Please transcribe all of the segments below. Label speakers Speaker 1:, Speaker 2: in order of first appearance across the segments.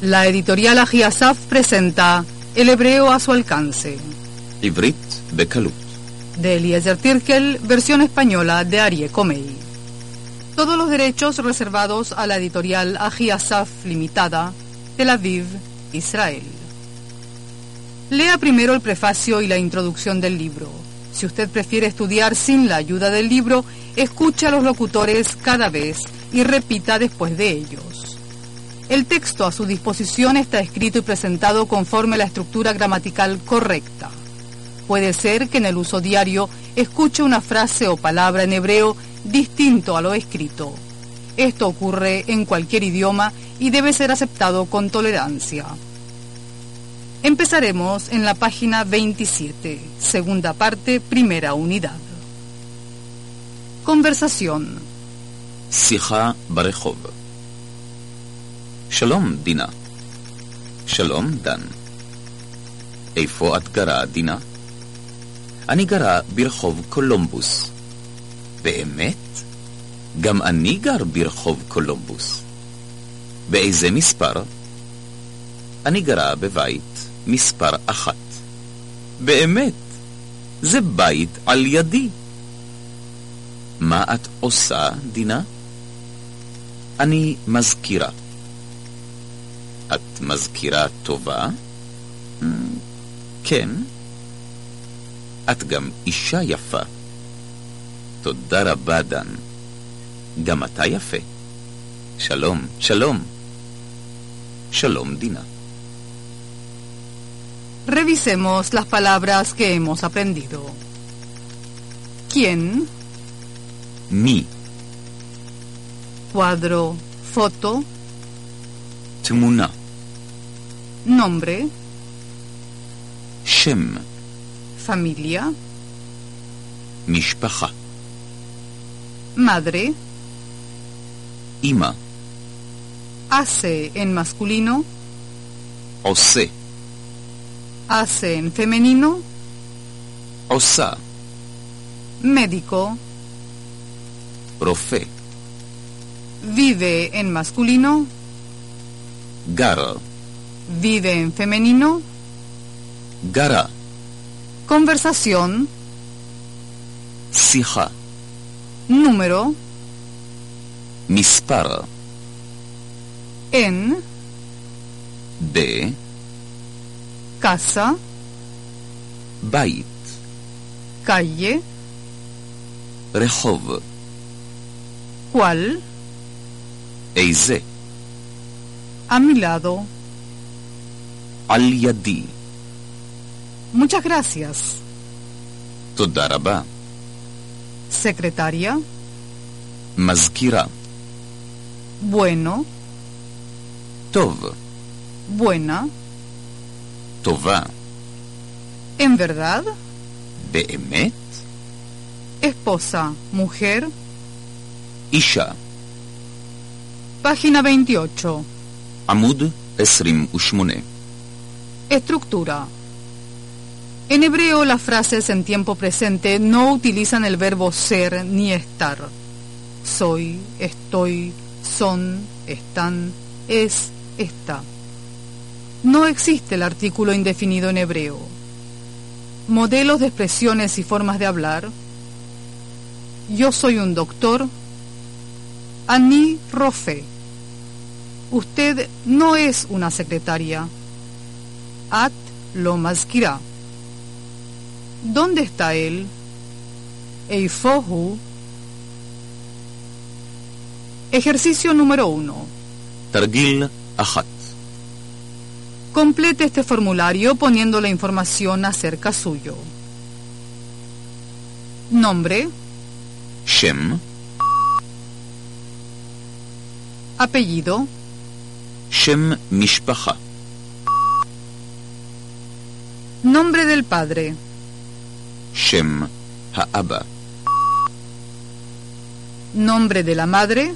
Speaker 1: La editorial Agiasaf presenta El hebreo a su alcance,
Speaker 2: עברית בקלות.
Speaker 1: de Eliezer Tirkel, versión española de Arie Comey. Todos los derechos reservados a la editorial Agiasaf Limitada, Tel Aviv, Israel. Lea primero el prefacio y la introducción del libro. Si usted prefiere estudiar sin la ayuda del libro, escuche a los locutores cada vez y repita después de ellos. El texto a su disposición está escrito y presentado conforme la estructura gramatical correcta. Puede ser que en el uso diario escuche una frase o palabra en hebreo distinto a lo escrito. Esto ocurre en cualquier idioma y debe ser aceptado con tolerancia. Empezaremos en la página 27, segunda parte, primera unidad. Conversación.
Speaker 2: שיחה ברחוב. שלום, דינה. שלום, דן. איפה את גרה, דינה? אני גרה ברחוב קולומבוס. באמת? גם אני גר ברחוב קולומבוס. באיזה מספר? אני גרה בבית מספר אחת. באמת, זה בית על ידי. מה את עושה, דינה? אני מזכירה. את מזכירה טובה? "אמ, כן. את גם אישה יפה. תודה רבה, דן. גם אתה יפה. שלום, שלום. שלום, דינה.
Speaker 1: Revisemos las palabras que hemos aprendido. ¿Quién?
Speaker 2: מי?
Speaker 1: Cuadro, foto,
Speaker 2: תמונה.
Speaker 1: nombre,
Speaker 2: שם.
Speaker 1: familia,
Speaker 2: משפחה.
Speaker 1: madre,
Speaker 2: אמא.
Speaker 1: hace en masculino,
Speaker 2: עושה.
Speaker 1: hace en femenino,
Speaker 2: עושה.
Speaker 1: médico,
Speaker 2: רופא.
Speaker 1: vive en masculino,
Speaker 2: גר.
Speaker 1: vive en femenino,
Speaker 2: גרה.
Speaker 1: conversación,
Speaker 2: שיחה.
Speaker 1: número,
Speaker 2: מספר.
Speaker 1: en,
Speaker 2: ב.
Speaker 1: casa,
Speaker 2: בית.
Speaker 1: calle,
Speaker 2: רחוב.
Speaker 1: cuál,
Speaker 2: איזה.
Speaker 1: a mi lado.
Speaker 2: על ידי.
Speaker 1: Muchas gracias.
Speaker 2: תודה רבה.
Speaker 1: Secretaria,
Speaker 2: מזכירה.
Speaker 1: bueno,
Speaker 2: טוב.
Speaker 1: buena,
Speaker 2: טובה.
Speaker 1: en verdad,
Speaker 2: באמת?
Speaker 1: esposa, mujer,
Speaker 2: אישה.
Speaker 1: página 28,
Speaker 2: עמוד 28.
Speaker 1: estructura. En hebreo las frases en tiempo presente no utilizan el verbo ser ni estar. Soy, estoy, son, están, es, está. No existe el artículo indefinido en hebreo. Modelos de expresiones y formas de hablar. Yo soy un doctor. Ani Rofe. Usted no es una secretaria. At lo masquirá. ¿Dónde está él? Eifohu. Ejercicio número 1.
Speaker 2: תרגיל אחת.
Speaker 1: Complete este formulario poniendo la información acerca suyo. Nombre,
Speaker 2: שם,
Speaker 1: apellido,
Speaker 2: שם משפחה,
Speaker 1: nombre del padre,
Speaker 2: שם האבא,
Speaker 1: nombre de la madre,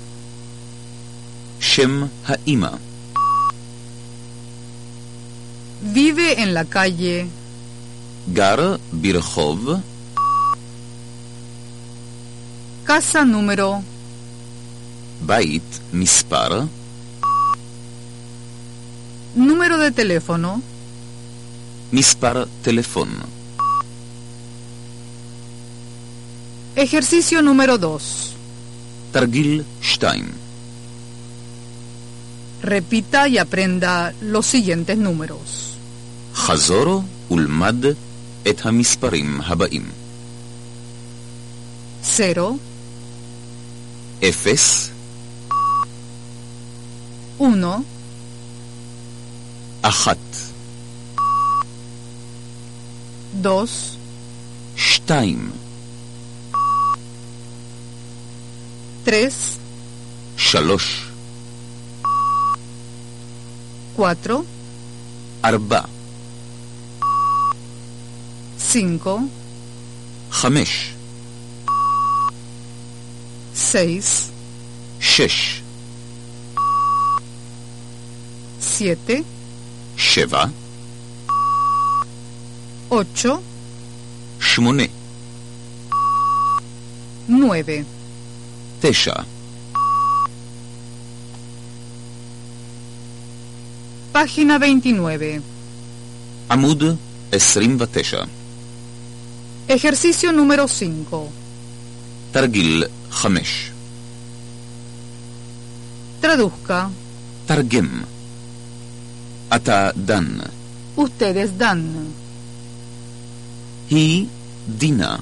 Speaker 2: שם האימא,
Speaker 1: vive en la calle,
Speaker 2: גר ברחוב,
Speaker 1: casa número,
Speaker 2: בית מספר,
Speaker 1: Número de teléfono
Speaker 2: מספר טלפון,
Speaker 1: Ejercicio número 2.
Speaker 2: תרגיל 2,
Speaker 1: Repita y aprenda los siguientes números.
Speaker 2: חזור ולמד את המספרים הבאים:
Speaker 1: 0,
Speaker 2: 0,
Speaker 1: 1,
Speaker 2: 1,
Speaker 1: 2,
Speaker 2: 2,
Speaker 1: 3,
Speaker 2: 3,
Speaker 1: 4,
Speaker 2: 4,
Speaker 1: 5,
Speaker 2: 5,
Speaker 1: 6,
Speaker 2: 6,
Speaker 1: 7,
Speaker 2: 7,
Speaker 1: 8,
Speaker 2: 8,
Speaker 1: 9.
Speaker 2: 9.
Speaker 1: Página 29.
Speaker 2: עמוד 29,
Speaker 1: Ejercicio número 5.
Speaker 2: תרגיל 5,
Speaker 1: Traduzca.
Speaker 2: תרגם. אתה דן,
Speaker 1: Ustedes dan.
Speaker 2: היא דינה,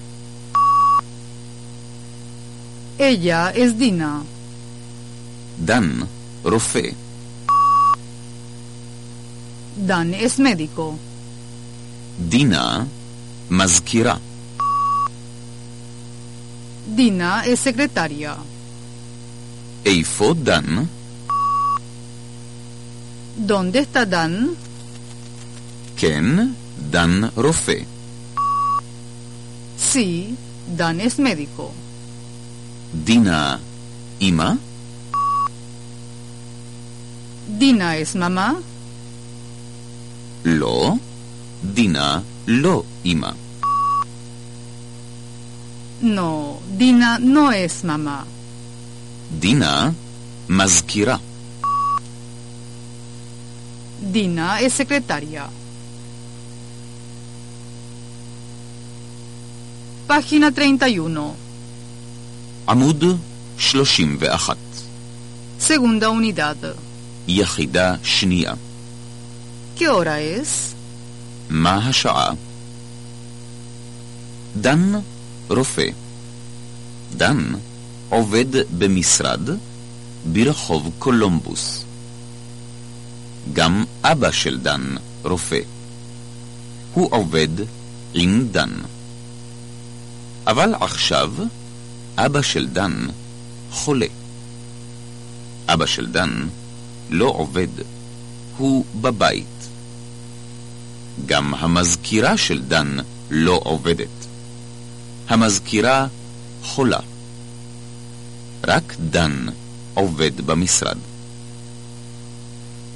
Speaker 1: Ella es Dina.
Speaker 2: דן, רופא,
Speaker 1: Dan es médico.
Speaker 2: דינה, מזכירה,
Speaker 1: Dina es secretaria.
Speaker 2: איפה דן?
Speaker 1: ¿Dónde está Dan?
Speaker 2: כן, דן רופא.
Speaker 1: Sí, Dan es médico.
Speaker 2: דינה, אמא?
Speaker 1: Dina es mamá.
Speaker 2: לא, דינה לא אמא.
Speaker 1: No, Dina no es mamá.
Speaker 2: דינה, מזכירה,
Speaker 1: Dina es secretaria. Página 31.
Speaker 2: עמוד 31,
Speaker 1: Segunda unidad.
Speaker 2: יחידה שנייה.
Speaker 1: ¿Qué hora es?
Speaker 2: מה השעה? דן רופא. דן עובד במשרד ברחוב קולומבוס. גם אבא של דן רופא. הוא עובד עם דן. אבל עכשיו אבא של דן חולה. אבא של דן לא עובד, הוא בבית. גם המזכירה של דן לא עובדת. המזכירה חולה. רק דן עובד במשרד.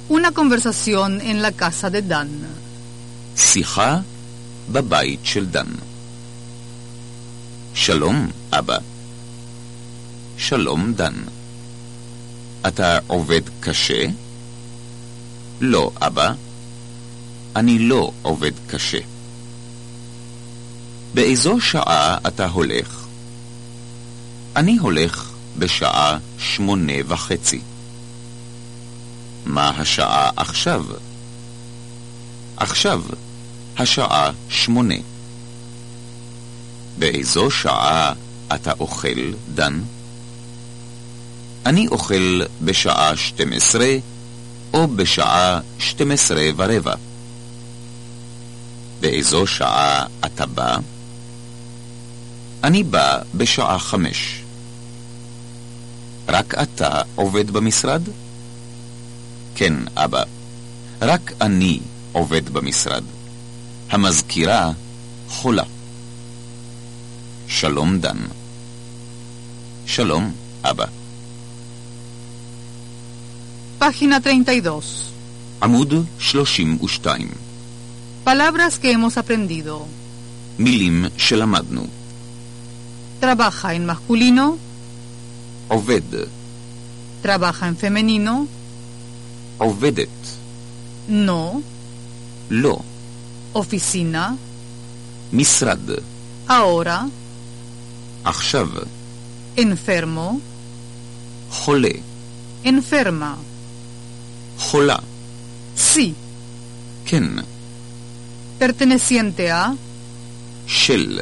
Speaker 1: Una conversación en la casa de Dan.
Speaker 2: שיחה בבית של דן. שלום, אבא. שלום, דן. אתה עובד קשה? לא, אבא. אני לא עובד קשה. באיזו שעה אתה הולך? אני הולך בשעה שמונה וחצי. מה השעה עכשיו? עכשיו השעה שמונה. באיזו שעה אתה אוכל, דן? אני אוכל בשעה 12 או בשעה 12 ורבע. באיזו שעה אתה בא? אני בא בשעה חמש. רק אתה עובד במשרד? כן, אבא. רק אני עובד במשרד. המזכירה חולה. שלום, דן. שלום, אבא.
Speaker 1: Página 32.
Speaker 2: עמוד 32.
Speaker 1: Palabras que hemos aprendido.
Speaker 2: מילים שלמדנו.
Speaker 1: Trabaja en masculino,
Speaker 2: עובד,
Speaker 1: trabaja en femenino,
Speaker 2: עובדת,
Speaker 1: no,
Speaker 2: לא,
Speaker 1: oficina,
Speaker 2: משרד,
Speaker 1: ahora,
Speaker 2: עכשיו,
Speaker 1: enfermo,
Speaker 2: חולה,
Speaker 1: enferma,
Speaker 2: חולה,
Speaker 1: sí,
Speaker 2: כן,
Speaker 1: perteneciente a,
Speaker 2: של,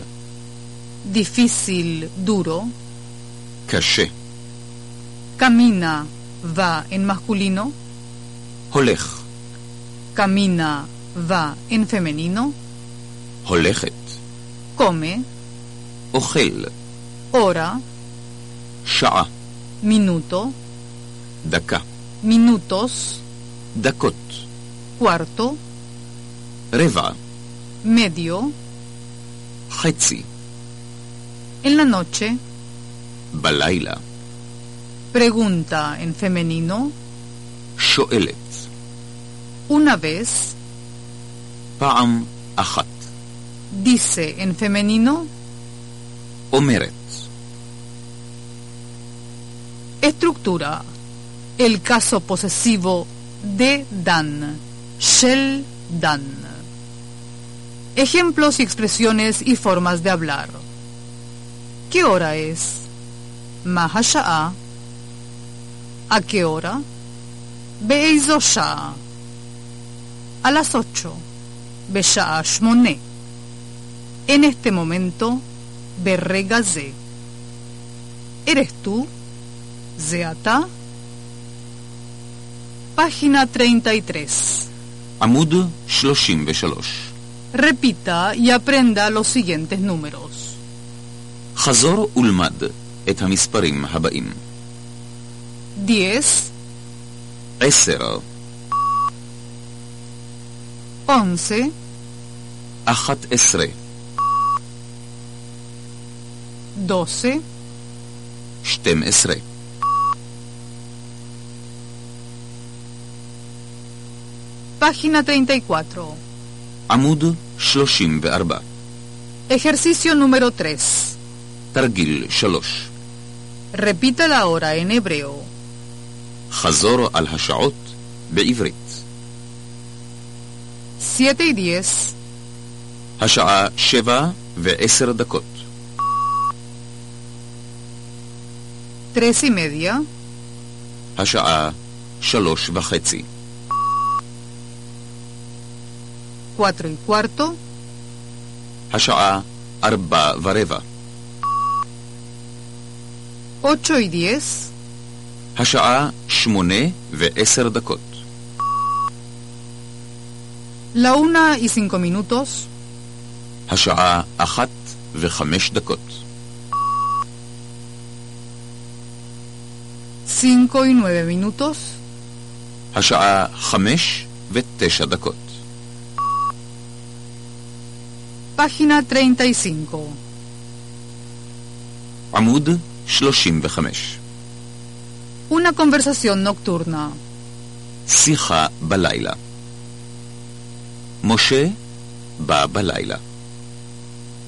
Speaker 1: difícil, duro,
Speaker 2: קשה,
Speaker 1: camina, va en masculino,
Speaker 2: הולך,
Speaker 1: camina, va en femenino,
Speaker 2: הולכת,
Speaker 1: come,
Speaker 2: אוכל,
Speaker 1: hora,
Speaker 2: שעה,
Speaker 1: minuto,
Speaker 2: דקה,
Speaker 1: minutos,
Speaker 2: דקות,
Speaker 1: cuarto,
Speaker 2: רבע,
Speaker 1: medio,
Speaker 2: חצי,
Speaker 1: en la noche,
Speaker 2: בלילה,
Speaker 1: pregunta en femenino,
Speaker 2: שואלת,
Speaker 1: una vez,
Speaker 2: פעם אחת,
Speaker 1: dice en femenino,
Speaker 2: אומרת,
Speaker 1: estructura, el caso posesivo de Dan, Shell Dan. Ejemplos y expresiones y formas de hablar. ¿Qué hora es? Mahasha'a. ¿A qué hora? Beizo sha'a. A las ocho. Besha'a shmoné. En este momento, berregazé. ¿Eres tú? Zeata. Página 33.
Speaker 2: עמוד 33,
Speaker 1: Repita y aprenda los siguientes números.
Speaker 2: חזור ולמד את המספרים הבאים:
Speaker 1: 10,
Speaker 2: 10,
Speaker 1: 11,
Speaker 2: 11,
Speaker 1: 12,
Speaker 2: 12,
Speaker 1: página 34.
Speaker 2: עמוד 34,
Speaker 1: Ejercicio número 3.
Speaker 2: תרגיל 3,
Speaker 1: Repita la hora en hebreo.
Speaker 2: חזור על השעות בעברית.
Speaker 1: 7 y 10,
Speaker 2: השעה 7 ו-10 דקות,
Speaker 1: 3 y media,
Speaker 2: השעה 3 וחצי,
Speaker 1: 4 y cuarto,
Speaker 2: השעה 4 ורבע,
Speaker 1: 8 y 10,
Speaker 2: השעה 8 ו-10 דקות,
Speaker 1: la 1 y 5 minutos,
Speaker 2: השעה 1 ו-5 דקות,
Speaker 1: 5 y 9 minutos,
Speaker 2: השעה 5 ו-9 דקות,
Speaker 1: página 35.
Speaker 2: עמוד 35,
Speaker 1: Una conversación nocturna.
Speaker 2: שיחה בלילה. משה בא בלילה.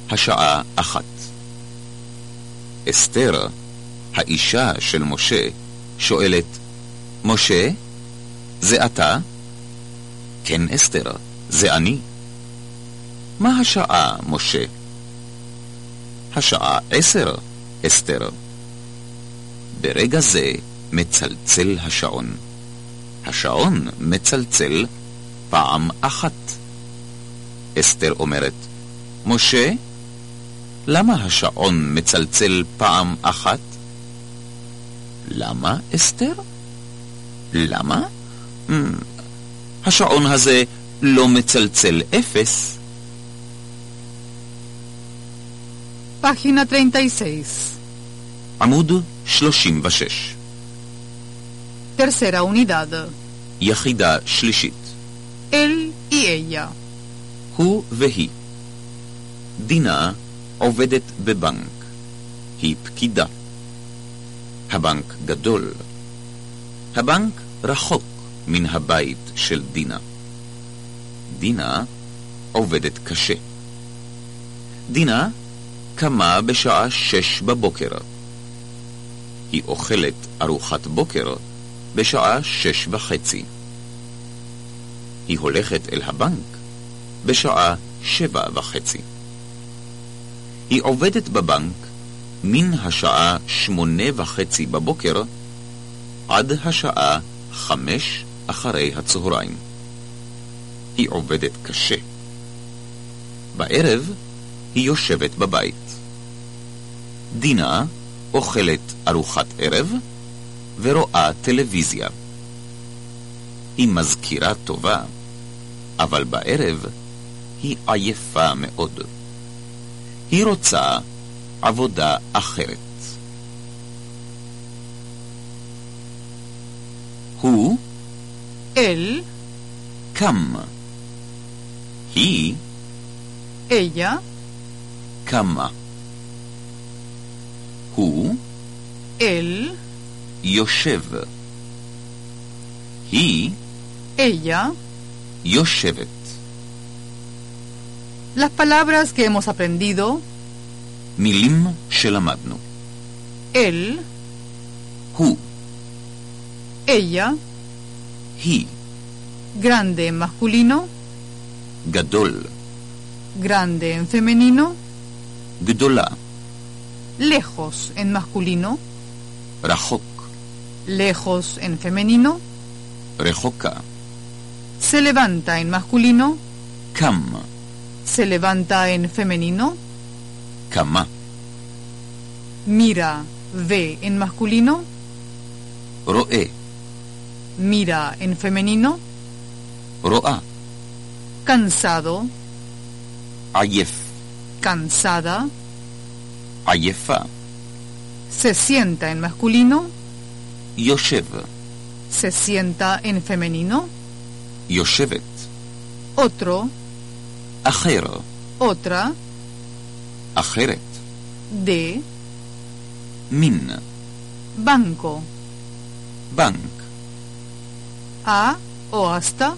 Speaker 2: השעה אחת. אסתר, האישה של משה, שואלת, משה, זה אתה? כן, אסתר, זה אני. מה השעה, משה? השעה עשר, אסתר. ברגע זה מצלצל השעון. השעון מצלצל פעם אחת. אסתר אומרת, משה, למה השעון מצלצל פעם אחת? למה, אסתר? למה? "אמ, השעון הזה לא מצלצל אפס.
Speaker 1: Página 36.
Speaker 2: עמוד 36,
Speaker 1: Tercera unidad.
Speaker 2: יחידה שלישית,
Speaker 1: Él y ella.
Speaker 2: הוא והיא. דינה עובדת בבנק. היא פקידה. הבנק גדול. הבנק רחוק מן הבית של דינה. דינה עובדת קשה. דינה קמה בשעה שש בבוקר. היא אוכלת ארוחת בוקר בשעה שש וחצי. היא הולכת אל הבנק בשעה שבע וחצי. היא עובדת בבנק מן השעה שמונה וחצי בבוקר עד השעה חמש אחרי הצהריים. היא עובדת קשה. בערב היא יושבת בבית. דינה אוכלת ארוחת ערב ורואה טלוויזיה. היא מזכירה טובה, אבל בערב היא עייפה מאוד. היא רוצה עבודה אחרת. הוא
Speaker 1: Él,
Speaker 2: קם. היא
Speaker 1: ella,
Speaker 2: קמה. הוא
Speaker 1: él,
Speaker 2: יושב. היא
Speaker 1: ella.
Speaker 2: יושבת.
Speaker 1: Las palabras que hemos aprendido,
Speaker 2: מילים שלמדנו.
Speaker 1: él,
Speaker 2: הוא,
Speaker 1: ella,
Speaker 2: היא,
Speaker 1: grande en masculino,
Speaker 2: גדול,
Speaker 1: grande en femenino,
Speaker 2: גדולה,
Speaker 1: lejos en masculino,
Speaker 2: רחוק,
Speaker 1: lejos en femenino,
Speaker 2: רחוקה,
Speaker 1: se levanta en masculino,
Speaker 2: קם,
Speaker 1: se levanta en femenino,
Speaker 2: קמה,
Speaker 1: mira, ve en masculino,
Speaker 2: רואה,
Speaker 1: mira en femenino,
Speaker 2: רואה,
Speaker 1: cansado,
Speaker 2: עייף,
Speaker 1: cansada,
Speaker 2: עייפה,
Speaker 1: se sienta en masculino,
Speaker 2: יושב,
Speaker 1: se sienta en femenino,
Speaker 2: יושבת,
Speaker 1: otro,
Speaker 2: אחר,
Speaker 1: otra,
Speaker 2: אחרת,
Speaker 1: de,
Speaker 2: מין,
Speaker 1: banco,
Speaker 2: בנק,
Speaker 1: a o hasta,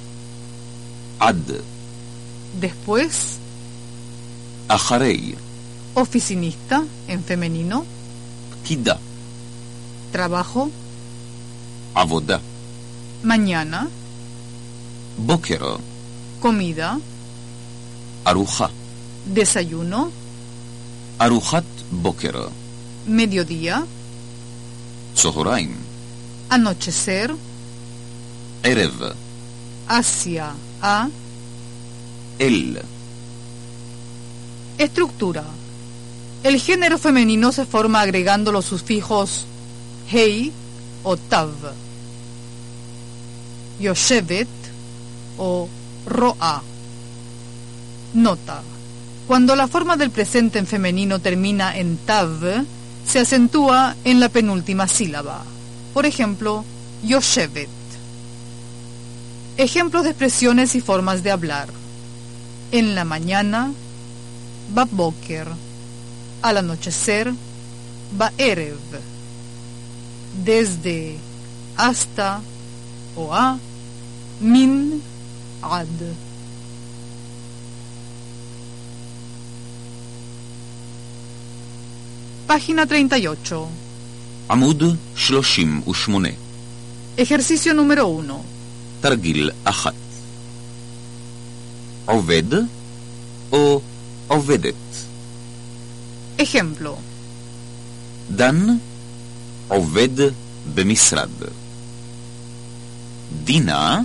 Speaker 2: עד,
Speaker 1: después,
Speaker 2: אחרי,
Speaker 1: oficinista en femenino,
Speaker 2: פקידה,
Speaker 1: trabajo,
Speaker 2: עבודה,
Speaker 1: mañana,
Speaker 2: בוקר,
Speaker 1: comida,
Speaker 2: ארוחה,
Speaker 1: desayuno,
Speaker 2: ארוחת בוקר,
Speaker 1: mediodía,
Speaker 2: צהריים,
Speaker 1: anochecer,
Speaker 2: ערב,
Speaker 1: hacia, a,
Speaker 2: אל,
Speaker 1: estructura. El género femenino se forma agregando los sufijos hei o tav, yoshevet o roa. Nota. Cuando la forma del presente en femenino termina en tav, se acentúa en la penúltima sílaba. Por ejemplo, yoshevet. Ejemplos de expresiones y formas de hablar. En la mañana, Baboker. Al anochecer, Baerev. Desde, hasta, o a, min, ad. Página 38.
Speaker 2: עמוד 38,
Speaker 1: Ejercicio número 1.
Speaker 2: תרגיל אחת. עובד או עובדת.
Speaker 1: Ejemplo.
Speaker 2: דן עובד במשרד. דינה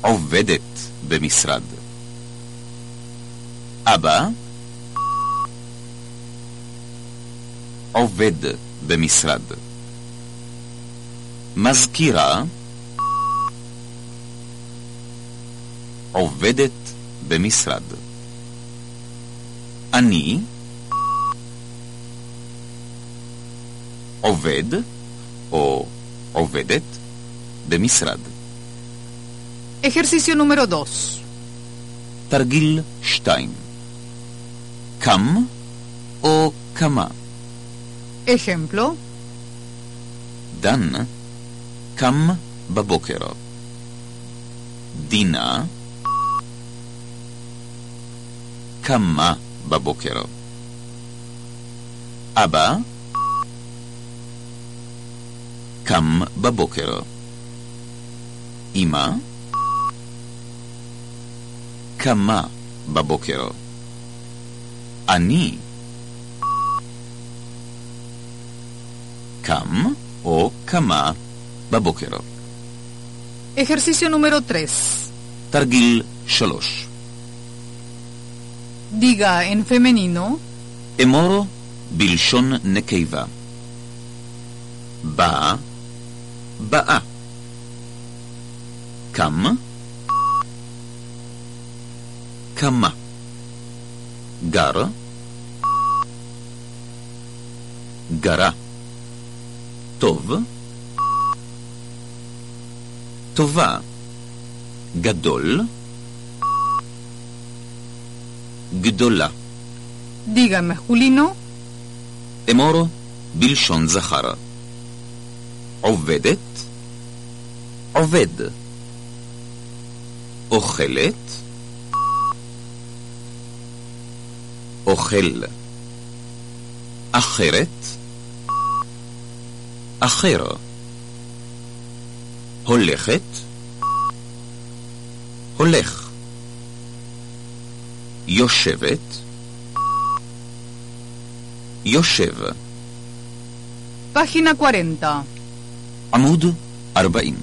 Speaker 2: עובדת במשרד. אבא עובד במשרד. מזכירה עובדת במשרד. אני עובד או עובדת במשרד.
Speaker 1: Ejercicio número 2.
Speaker 2: תרגיל 2. קם או קמה.
Speaker 1: Ejemplo.
Speaker 2: דן קם בבוקר. דינה קמה בבוקר. אבא קם בבוקר. אמא? קמה בבוקר. אני קם או קמה בבוקר.
Speaker 1: Ejercicio número 3.
Speaker 2: תרגיל שלוש.
Speaker 1: Diga en femenino,
Speaker 2: אמור בלשון נקבה. בא, באה. קם, קמה. גר, גרה. טוב, טובה. גדול, גדולה.
Speaker 1: diga en masculino,
Speaker 2: אמור בלשון זכר. עובדת, עובד. אוכלת, אוכל. אחרת, אחר. הולכת, הולך. יושבת, יושב.
Speaker 1: página 40,
Speaker 2: עמוד 40,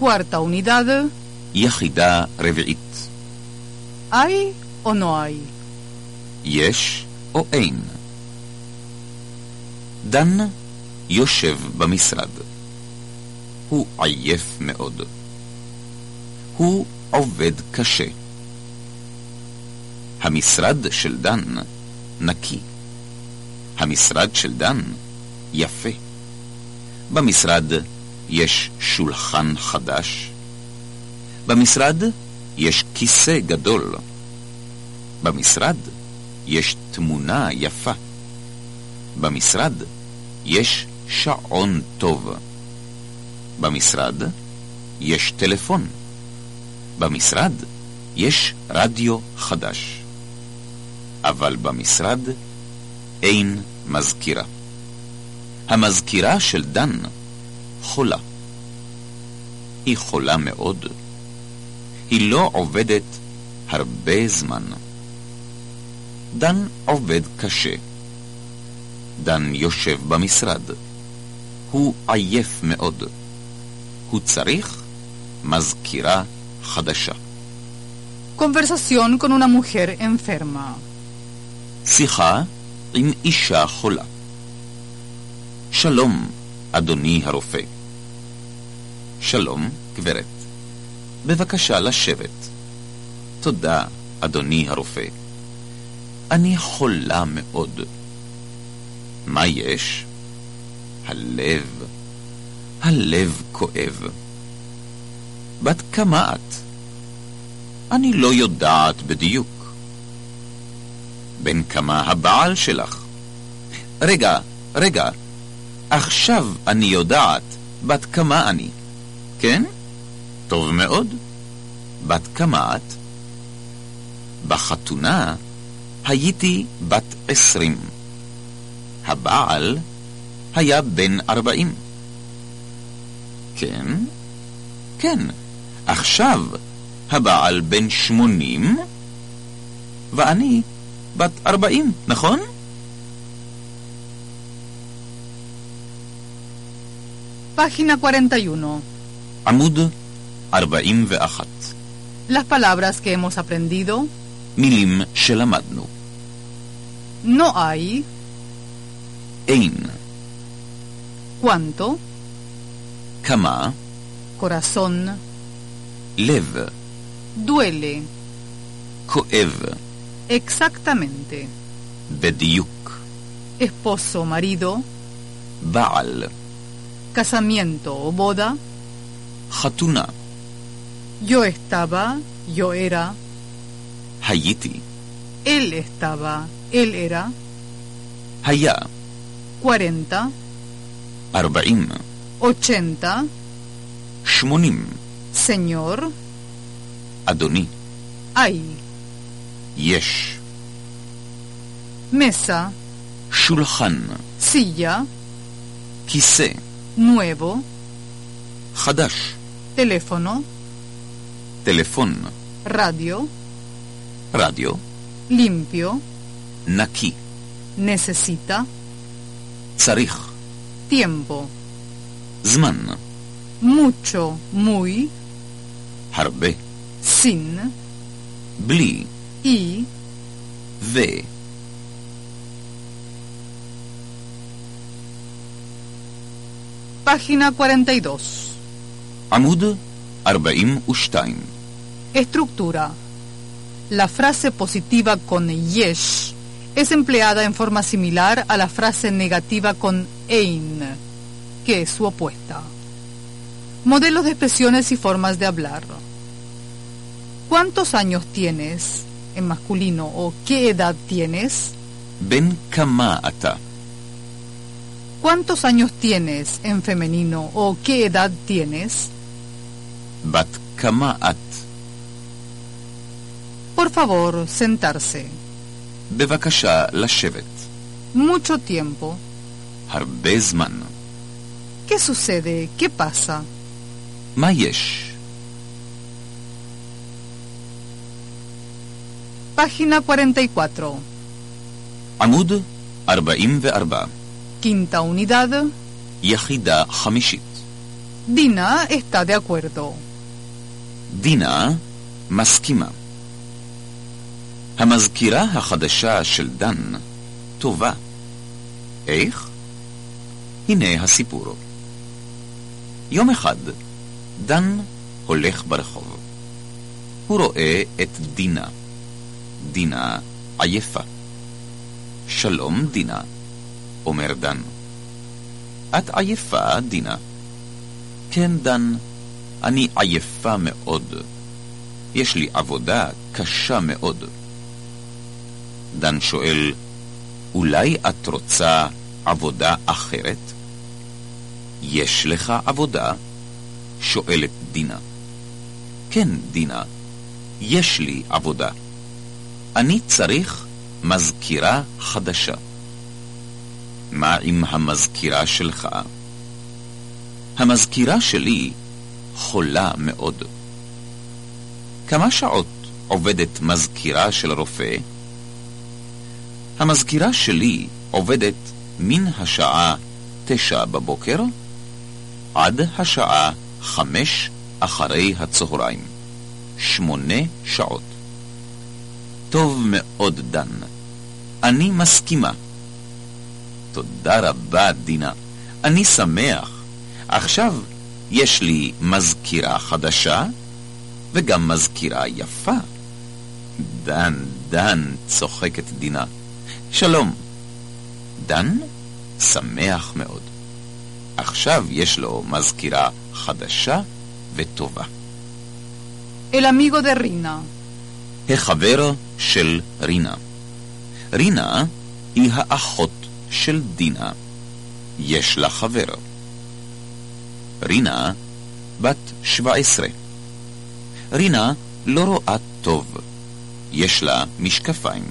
Speaker 1: cuarta unidad,
Speaker 2: יחידה רביעית,
Speaker 1: ¿hay o no hay?
Speaker 2: יש או אין. דן יושב במשרד. הוא עייף מאוד. הוא עובד קשה. המשרד של דן נקי. המשרד של דן יפה. במשרד יש שולחן חדש. במשרד יש כיסא גדול. במשרד יש תמונה יפה. במשרד יש שעון טוב. במשרד יש טלפון. במשרד יש רדיו חדש. אבל במשרד אין מזכירה. המזכירה של דן חולה. היא חולה מאוד. היא לא עובדת הרבה זמן. דן עובד קשה. דן יושב במשרד. הוא עייף מאוד. הוא צריך מזכירה חדשה.
Speaker 1: Conversación con una mujer enferma.
Speaker 2: שיחה עם אישה חולה. שלום, אדוני הרופא. שלום, גברת. בבקשה לשבת. תודה, אדוני הרופא. אני חולה מאוד. מה יש? הלב. הלב כואב. בת כמה את? אני לא יודעת בדיוק. בן כמה הבעל שלך? רגע, רגע, עכשיו אני יודעת בת כמה אני. כן? טוב מאוד. בת כמה את? בחתונה הייתי בת עשרים. הבעל היה בן ארבעים. כן? כן. עכשיו הבעל בן שמונים, ואני בת ארבעים, נכון?
Speaker 1: Página 41.
Speaker 2: עמוד 41.
Speaker 1: Las palabras que hemos aprendido,
Speaker 2: מילים שלמדנו.
Speaker 1: no hay,
Speaker 2: אין,
Speaker 1: cuánto,
Speaker 2: כמה,
Speaker 1: corazón,
Speaker 2: לב,
Speaker 1: duele,
Speaker 2: כואב,
Speaker 1: exactamente,
Speaker 2: בדיוק,
Speaker 1: esposo, marido,
Speaker 2: בעל,
Speaker 1: casamiento o boda,
Speaker 2: חתונה,
Speaker 1: yo estaba, yo era,
Speaker 2: הייתי,
Speaker 1: él estaba, él era,
Speaker 2: היה,
Speaker 1: 40,
Speaker 2: ארבעים,
Speaker 1: 80,
Speaker 2: שמונים,
Speaker 1: señor,
Speaker 2: אדוני,
Speaker 1: hay,
Speaker 2: יש,
Speaker 1: mesa,
Speaker 2: שולחן,
Speaker 1: silla,
Speaker 2: כיסא,
Speaker 1: nuevo,
Speaker 2: חדש,
Speaker 1: teléfono,
Speaker 2: טלפון,
Speaker 1: radio,
Speaker 2: רדיו,
Speaker 1: limpio,
Speaker 2: נקי,
Speaker 1: necesita,
Speaker 2: צריך,
Speaker 1: tiempo,
Speaker 2: זמן,
Speaker 1: mucho, muy,
Speaker 2: הרבה,
Speaker 1: sin,
Speaker 2: בלי,
Speaker 1: y,
Speaker 2: ו,
Speaker 1: página 42.
Speaker 2: עמוד 42.
Speaker 1: Estructura. La frase positiva con yesh es empleada en forma similar a la frase negativa con ein, que es su opuesta. Modelos de expresiones y formas de hablar. ¿Cuántos años tienes? En masculino. ¿O qué edad tienes?
Speaker 2: בן כמה אתה?
Speaker 1: ¿Cuántos años tienes? En femenino. ¿O qué edad tienes?
Speaker 2: בת כמה את?
Speaker 1: Por favor, sentarse.
Speaker 2: בבקשה לשבת.
Speaker 1: Mucho tiempo.
Speaker 2: הרבה זמן.
Speaker 1: ¿Qué sucede? ¿Qué pasa?
Speaker 2: מה יש?
Speaker 1: Página 44.
Speaker 2: עמוד 44.
Speaker 1: Quinta unidad.
Speaker 2: יחידה חמישית.
Speaker 1: Dina está de acuerdo.
Speaker 2: דינה מסכימה. המזכירה החדשה של דן טובה. איך? הנה הסיפור. יום אחד דן הולך ברחוב. הוא רואה את דינה. דינה עייפה. שלום דינה, אומר דן. את עייפה, דינה. כן, דן, אני עייפה מאוד. יש לי עבודה קשה מאוד. דן שואל, אולי את רוצה עבודה אחרת? יש לך עבודה? שואלת דינה. כן, דינה, יש לי עבודה. אני צריך מזכירה חדשה. מה עם המזכירה שלך? המזכירה שלי חולה מאוד. כמה שעות עובדת מזכירה של רופא? המזכירה שלי עובדת מן השעה תשע בבוקר עד השעה חמש אחרי הצהריים. שמונה שעות. טוב מאוד, דן. אני מסכימה. תודה רבה, דינה. אני שמח. עכשיו יש לי מזכירה חדשה וגם מזכירה יפה. דן, דן, צוחקת דינה. שלום. דן שמח מאוד. עכשיו יש לו מזכירה חדשה וטובה.
Speaker 1: El amigo de Rina.
Speaker 2: החבר של רינה. רינה היא האחות של דינה. יש לה חבר. רינה בת 17. רינה לא רואה טוב. יש לה משקפיים.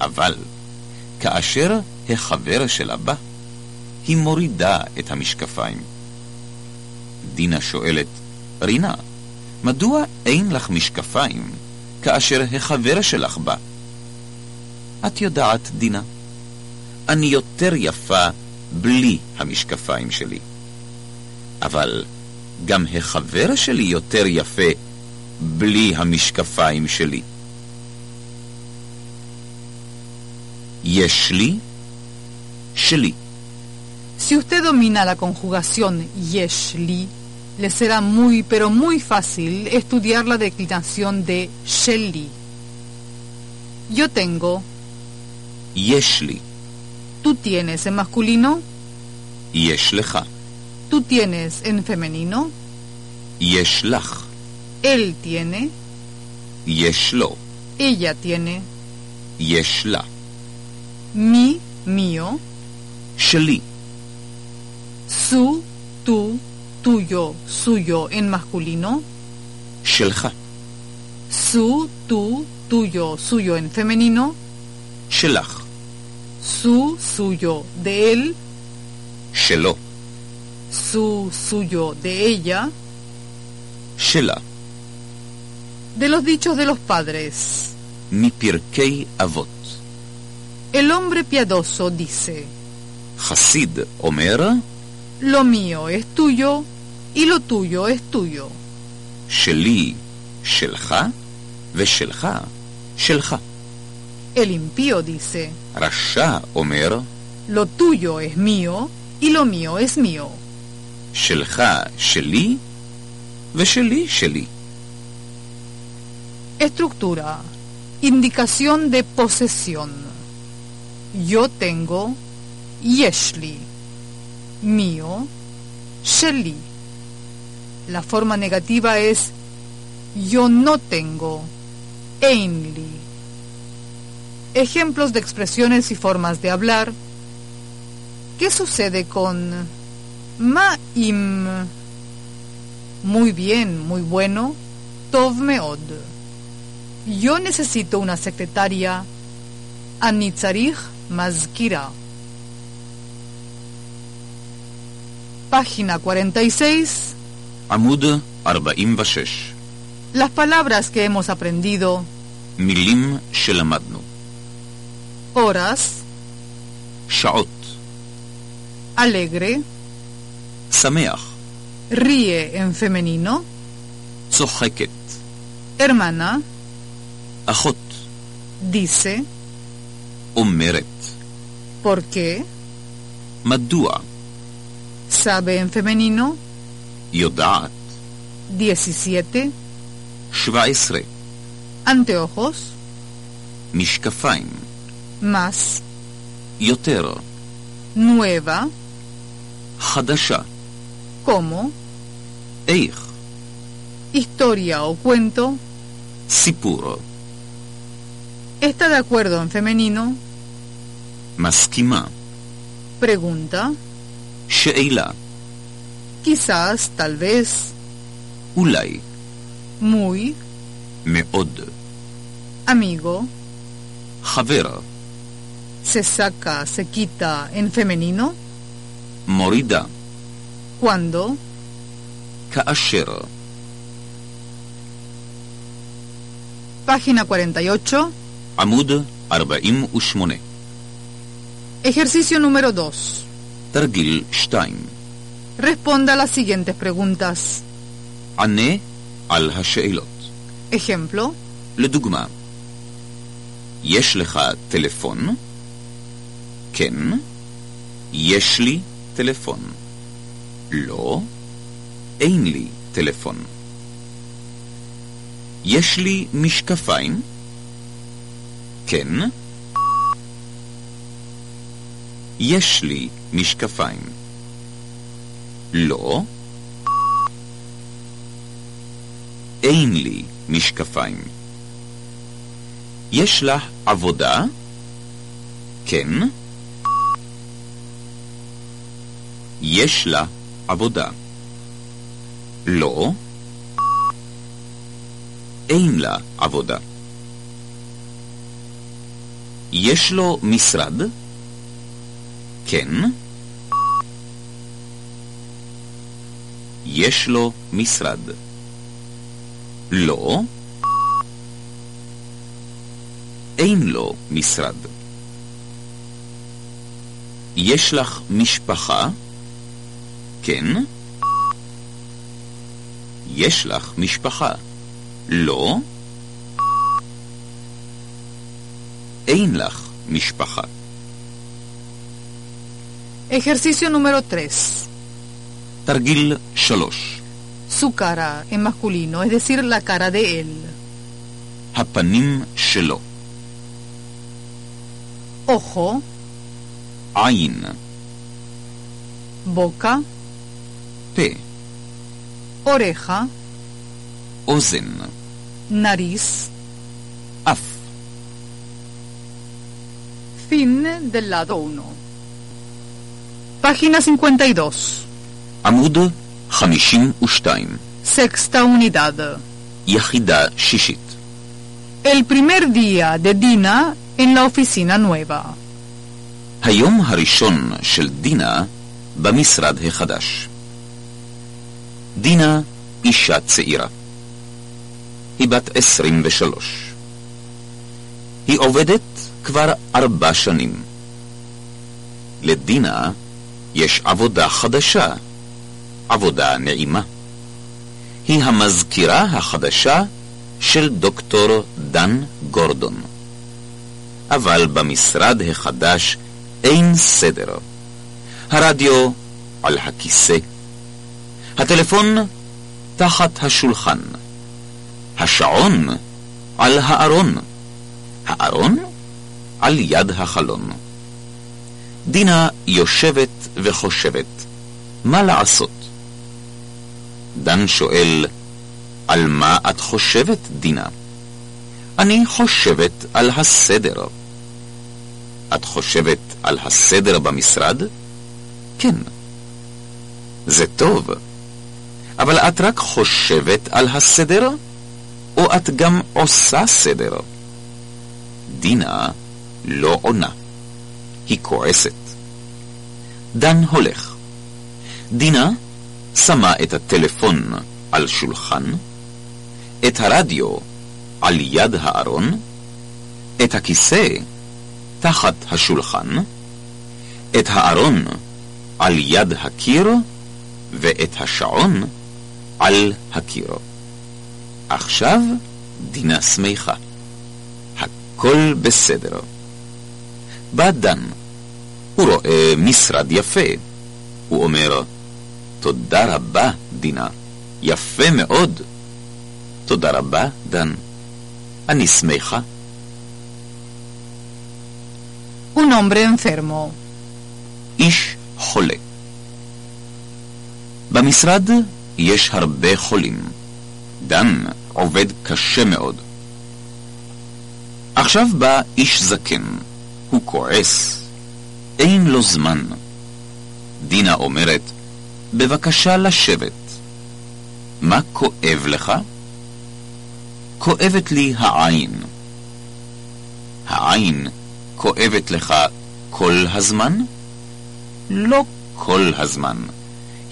Speaker 2: אבל כאשר החבר שלה בא, היא מורידה את המשקפיים. דינה שואלת, רינה, מדוע אין לך משקפיים כאשר החבר שלך בא? את יודעת, דינה, אני יותר יפה בלי המשקפיים שלי. אבל גם החבר שלי יותר יפה בלי המשקפיים שלי. יש לי, שלי.
Speaker 1: Si usted domina la conjugación yeshli, le será muy pero muy fácil estudiar la declinación de sheli. Yo tengo,
Speaker 2: יש לי,
Speaker 1: tú tienes en masculino,
Speaker 2: יש לך,
Speaker 1: tú tienes en femenino,
Speaker 2: יש לך,
Speaker 1: él tiene,
Speaker 2: יש לו,
Speaker 1: ella tiene,
Speaker 2: יש לה,
Speaker 1: mi, mío,
Speaker 2: שלי,
Speaker 1: su, tú, tuyo, suyo en masculino,
Speaker 2: שלך,
Speaker 1: su, tú, tuyo, suyo en femenino,
Speaker 2: שלך,
Speaker 1: su, suyo de él,
Speaker 2: שלו,
Speaker 1: su, suyo de ella,
Speaker 2: שלה,
Speaker 1: De los dichos de los padres,
Speaker 2: מפרקי אבות.
Speaker 1: el hombre piadoso dice,
Speaker 2: חסיד אומר
Speaker 1: lo mío es tuyo y lo tuyo es tuyo.
Speaker 2: שלי שלך ושלך שלך.
Speaker 1: El impío dice,
Speaker 2: רשע אומר
Speaker 1: lo tuyo es mío y lo mío es mío.
Speaker 2: שלך שלי ושלי שלי.
Speaker 1: Estructura. Indicación de posesión. Yo tengo Yeshli. Mío, Sheli. La forma negativa es yo no tengo Einli. Ejemplos de expresiones y formas de hablar. ¿Qué sucede con Ma'im? Muy bien, muy bueno. Tov meod. Yo necesito una secretaria. Anitzarij Mazkira. Página 46.
Speaker 2: עמוד 46
Speaker 1: Las palabras que hemos aprendido.
Speaker 2: מילים שלמדנו
Speaker 1: Horas.
Speaker 2: שעות
Speaker 1: Alegre.
Speaker 2: שמח
Speaker 1: Ríe en femenino.
Speaker 2: צוחקת
Speaker 1: Hermana.
Speaker 2: אחות
Speaker 1: Dice.
Speaker 2: אומרת
Speaker 1: ¿Por qué?
Speaker 2: מדוע
Speaker 1: Sabe en femenino.
Speaker 2: יודעת
Speaker 1: 17.
Speaker 2: 17
Speaker 1: Anteojos.
Speaker 2: משקפיים
Speaker 1: Más.
Speaker 2: יותר
Speaker 1: Nueva.
Speaker 2: חדשה
Speaker 1: Como.
Speaker 2: איך
Speaker 1: Historia o cuento.
Speaker 2: סיפור
Speaker 1: Está de acuerdo en femenino.
Speaker 2: מסכימה
Speaker 1: Pregunta.
Speaker 2: שאלה
Speaker 1: Quizás, tal vez,
Speaker 2: אולי
Speaker 1: muy,
Speaker 2: מאוד
Speaker 1: amigo,
Speaker 2: חבר
Speaker 1: se saca, se quita en femenino.
Speaker 2: מורידה
Speaker 1: Cuando.
Speaker 2: כאשר
Speaker 1: Página 48.
Speaker 2: עמוד 48
Speaker 1: Ejercicio número 2.
Speaker 2: תרגיל 2
Speaker 1: Responda las siguientes preguntas.
Speaker 2: ענה על השאלות
Speaker 1: Ejemplo.
Speaker 2: לדוגמה, יש לך טלפון? כן. יש לי טלפון. לא. אין לי טלפון. יש לי משקפיים? כן. יש לי משקפיים. לא. אין לי משקפיים. יש לך עבודה? כן. יש לה עבודה. לא. אין לה עבודה. יש לו משרד? כן. יש לו משרד. לא. אין לו משרד. יש לך משפחה? כן. יש לך משפחה? לא. אין לך משפחה.
Speaker 1: Ejercicio número 3.
Speaker 2: תרגיל שלוש.
Speaker 1: Su cara en masculino, es decir, la cara de él.
Speaker 2: הפנים שלו.
Speaker 1: Ojo,
Speaker 2: עין,
Speaker 1: boca,
Speaker 2: פה,
Speaker 1: oreja,
Speaker 2: אוזן,
Speaker 1: nariz.
Speaker 2: אף.
Speaker 1: Fin del lado 1. Página 52.
Speaker 2: עמוד 52.
Speaker 1: Sexta unidad.
Speaker 2: יחידה שישית.
Speaker 1: El primer día de Dina en la oficina nueva.
Speaker 2: היום הראשון של דינה במשרד החדש. דינה אישה צעירה. היא בת 23. היא עובדת כבר ארבע שנים. לדינה יש עבודה חדשה, עבודה נעימה. היא המזכירה החדשה של דוקטור דן גורדון. אבל במשרד החדש אין סדר. הרדיו על הכיסא, הטלפון תחת השולחן, השעון על הארון, הארון על יד החלון. דינה יושבת וחושבת, מה לעשות? דן שואל, על מה את חושבת, דינה? אני חושבת על הסדר. את חושבת על הסדר במשרד? כן. זה טוב, אבל את רק חושבת על הסדר, או את גם עושה סדר? דינה לא עונה. היא כועסת. דן הולך. דינה שמה את הטלפון על שולחן, את הרדיו על יד הארון, את הכיסא תחת השולחן, את הארון על יד הקיר, ואת השעון על הקיר. עכשיו דינה שמחה. הכל בסדר. בא דן. הוא רואה משרד יפה. הוא אומר, תודה רבה, דינה. יפה מאוד. תודה רבה, דן. אני שמחה.
Speaker 1: Un hombre enfermo.
Speaker 2: איש חולה. במשרד יש הרבה חולים. דן עובד קשה מאוד. עכשיו בא איש זקן. הוא כועס. אין לו זמן. דינה אומרת, בבקשה לשבת. מה כואב לך? כואבת לי העין. העין כואבת לך כל הזמן? לא כל הזמן.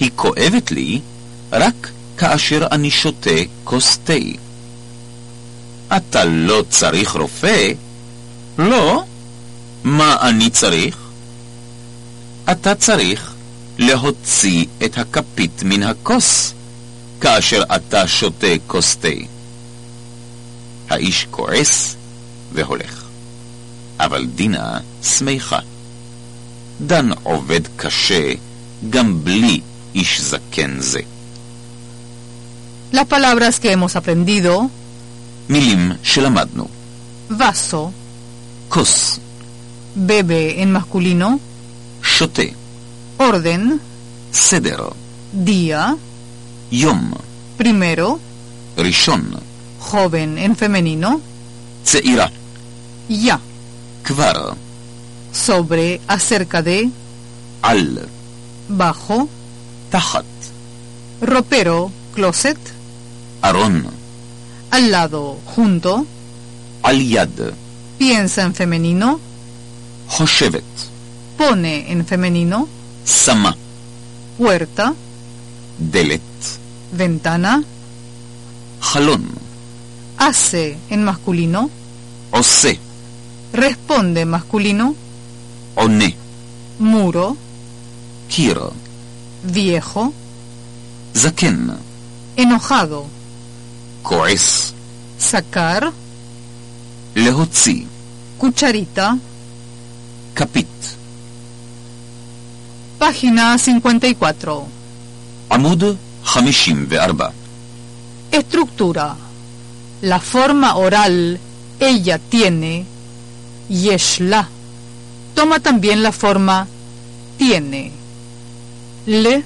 Speaker 2: היא כואבת לי רק כאשר אני שותה כוס תה. אתה לא צריך רופא? לא. מה אני צריך? אתה צריך להוציא את הכפית מן הכוס כאשר אתה שותה כוס תה. האיש כועס והולך. אבל דינה שמחה. דן עובד קשה גם בלי איש זקן זה.
Speaker 1: Las palabras que hemos aprendido,
Speaker 2: מילים שלמדנו
Speaker 1: vaso,
Speaker 2: כוס,
Speaker 1: bebe en masculino,
Speaker 2: שותה,
Speaker 1: orden,
Speaker 2: סדר,
Speaker 1: día,
Speaker 2: יום,
Speaker 1: primero,
Speaker 2: ראשון,
Speaker 1: joven en femenino,
Speaker 2: צעירה,
Speaker 1: ya,
Speaker 2: כבר,
Speaker 1: sobre, acerca de,
Speaker 2: על,
Speaker 1: bajo,
Speaker 2: תחת,
Speaker 1: ropero, closet,
Speaker 2: ארון,
Speaker 1: al lado, junto,
Speaker 2: על יד,
Speaker 1: piensa en femenino,
Speaker 2: חושבת,
Speaker 1: pone en femenino,
Speaker 2: סמה,
Speaker 1: puerta,
Speaker 2: דלת,
Speaker 1: ventana,
Speaker 2: חלון,
Speaker 1: hace en masculino,
Speaker 2: עושה,
Speaker 1: responde en masculino,
Speaker 2: עונה,
Speaker 1: muro,
Speaker 2: קיר,
Speaker 1: viejo,
Speaker 2: זקן,
Speaker 1: enojado,
Speaker 2: כועס,
Speaker 1: sacar,
Speaker 2: להוציא,
Speaker 1: cucharita,
Speaker 2: כפית,
Speaker 1: página 54.
Speaker 2: עמוד 54,
Speaker 1: Estructura. La forma oral ella tiene, yeshla. Toma también la forma tiene. Le,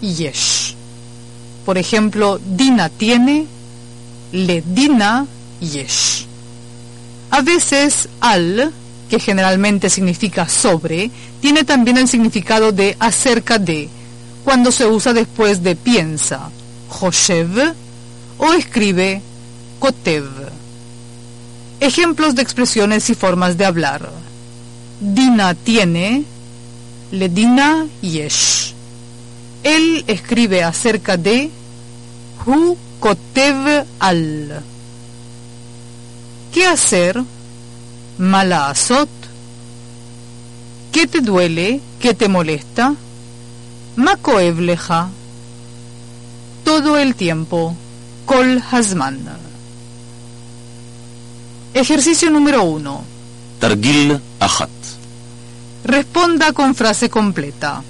Speaker 1: yesh. Por ejemplo, Dina tiene, le Dina, yesh. A veces al, que generalmente significa sobre, tiene también el significado de acerca de, cuando se usa después de piensa, Joshev, o escribe Kotev. Ejemplos de expresiones y formas de hablar. Dina tiene, le Dina yesh. Él escribe acerca de, הוא כותב על. ¿Qué hacer? ¿Ma לעשות? ¿Qué te duele? ¿Qué te molesta? ¿Ma כואב לך? Todo el tiempo. כל הזמן. Ejercicio número 1.
Speaker 2: תרגיל אחת.
Speaker 1: Responda con frase completa.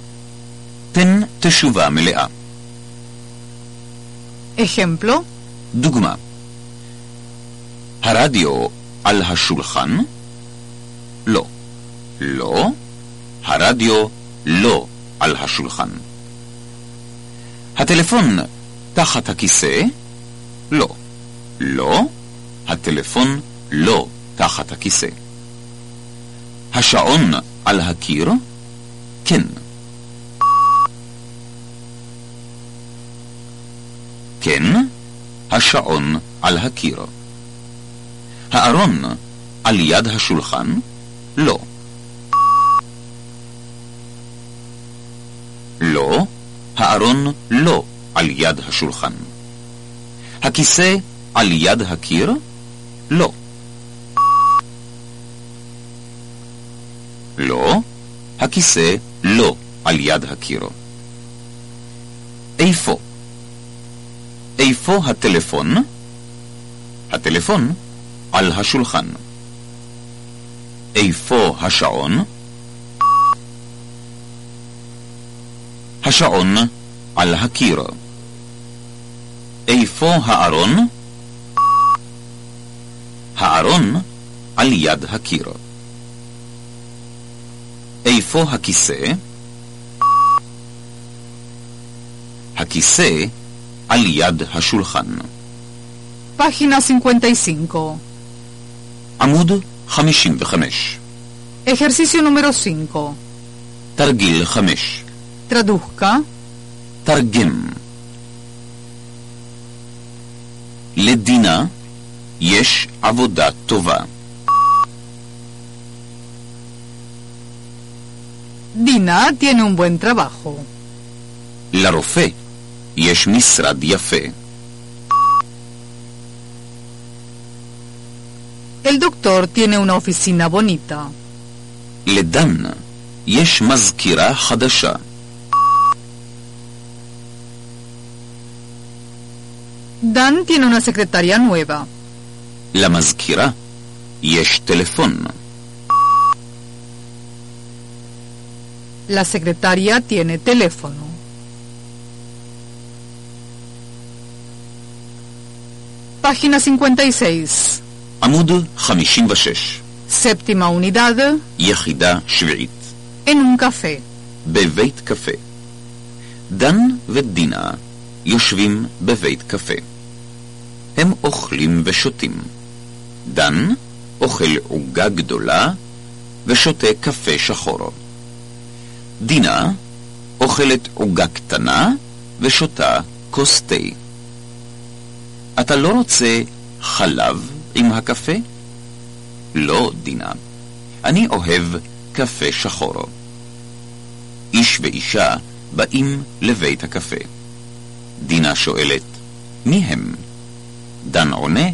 Speaker 2: תן תשובה מלאה.
Speaker 1: Ejemplo,
Speaker 2: דוגמה הרדיו על השולחן? לא. לא? הרדיו לא על השולחן. הטלפון תחת הכיסא? לא. לא? הטלפון לא תחת הכיסא. השעון על הקיר? כן. כן, השעון על הקיר. הארון על יד השולחן? לא. לא, הארון לא על יד השולחן. הכיסא על יד הקיר? לא. לא, הכיסא לא על יד הקיר. איפה? איפה הטלפון? הטלפון על השולחן. איפה השעון? השעון על הקיר. איפה הארון? הארון על יד הקיר. איפה הכיסא? הכיסא על יד השולחן.
Speaker 1: página 55.
Speaker 2: עמוד 55,
Speaker 1: Ejercicio número 5.
Speaker 2: תרגיל 5,
Speaker 1: Traduzca.
Speaker 2: תרגם. לדינה יש עבודה טובה.
Speaker 1: Dina tiene un buen trabajo.
Speaker 2: לרופא יש משרד יפה.
Speaker 1: El doctor tiene una oficina bonita.
Speaker 2: לדן יש מזכירה חדשה.
Speaker 1: Dan tiene una secretaria nueva.
Speaker 2: למזכירה יש טלפון.
Speaker 1: La secretaria tiene teléfono. Página 56.
Speaker 2: עמוד 56,
Speaker 1: Séptima unidad.
Speaker 2: יחידה שביעית,
Speaker 1: En un café.
Speaker 2: בבית קפה. דן ודינה יושבים בבית קפה. הם אוכלים ושותים. דן אוכל עוגה גדולה ושותה קפה שחור. דינה אוכלת עוגה קטנה ושותה כוס תה. אתה לא רוצה חלב עם הקפה? לא, דינה. אני אוהב קפה שחור. איש ואישה באים לבית הקפה. דינה שואלת, מי הם? דן עונה,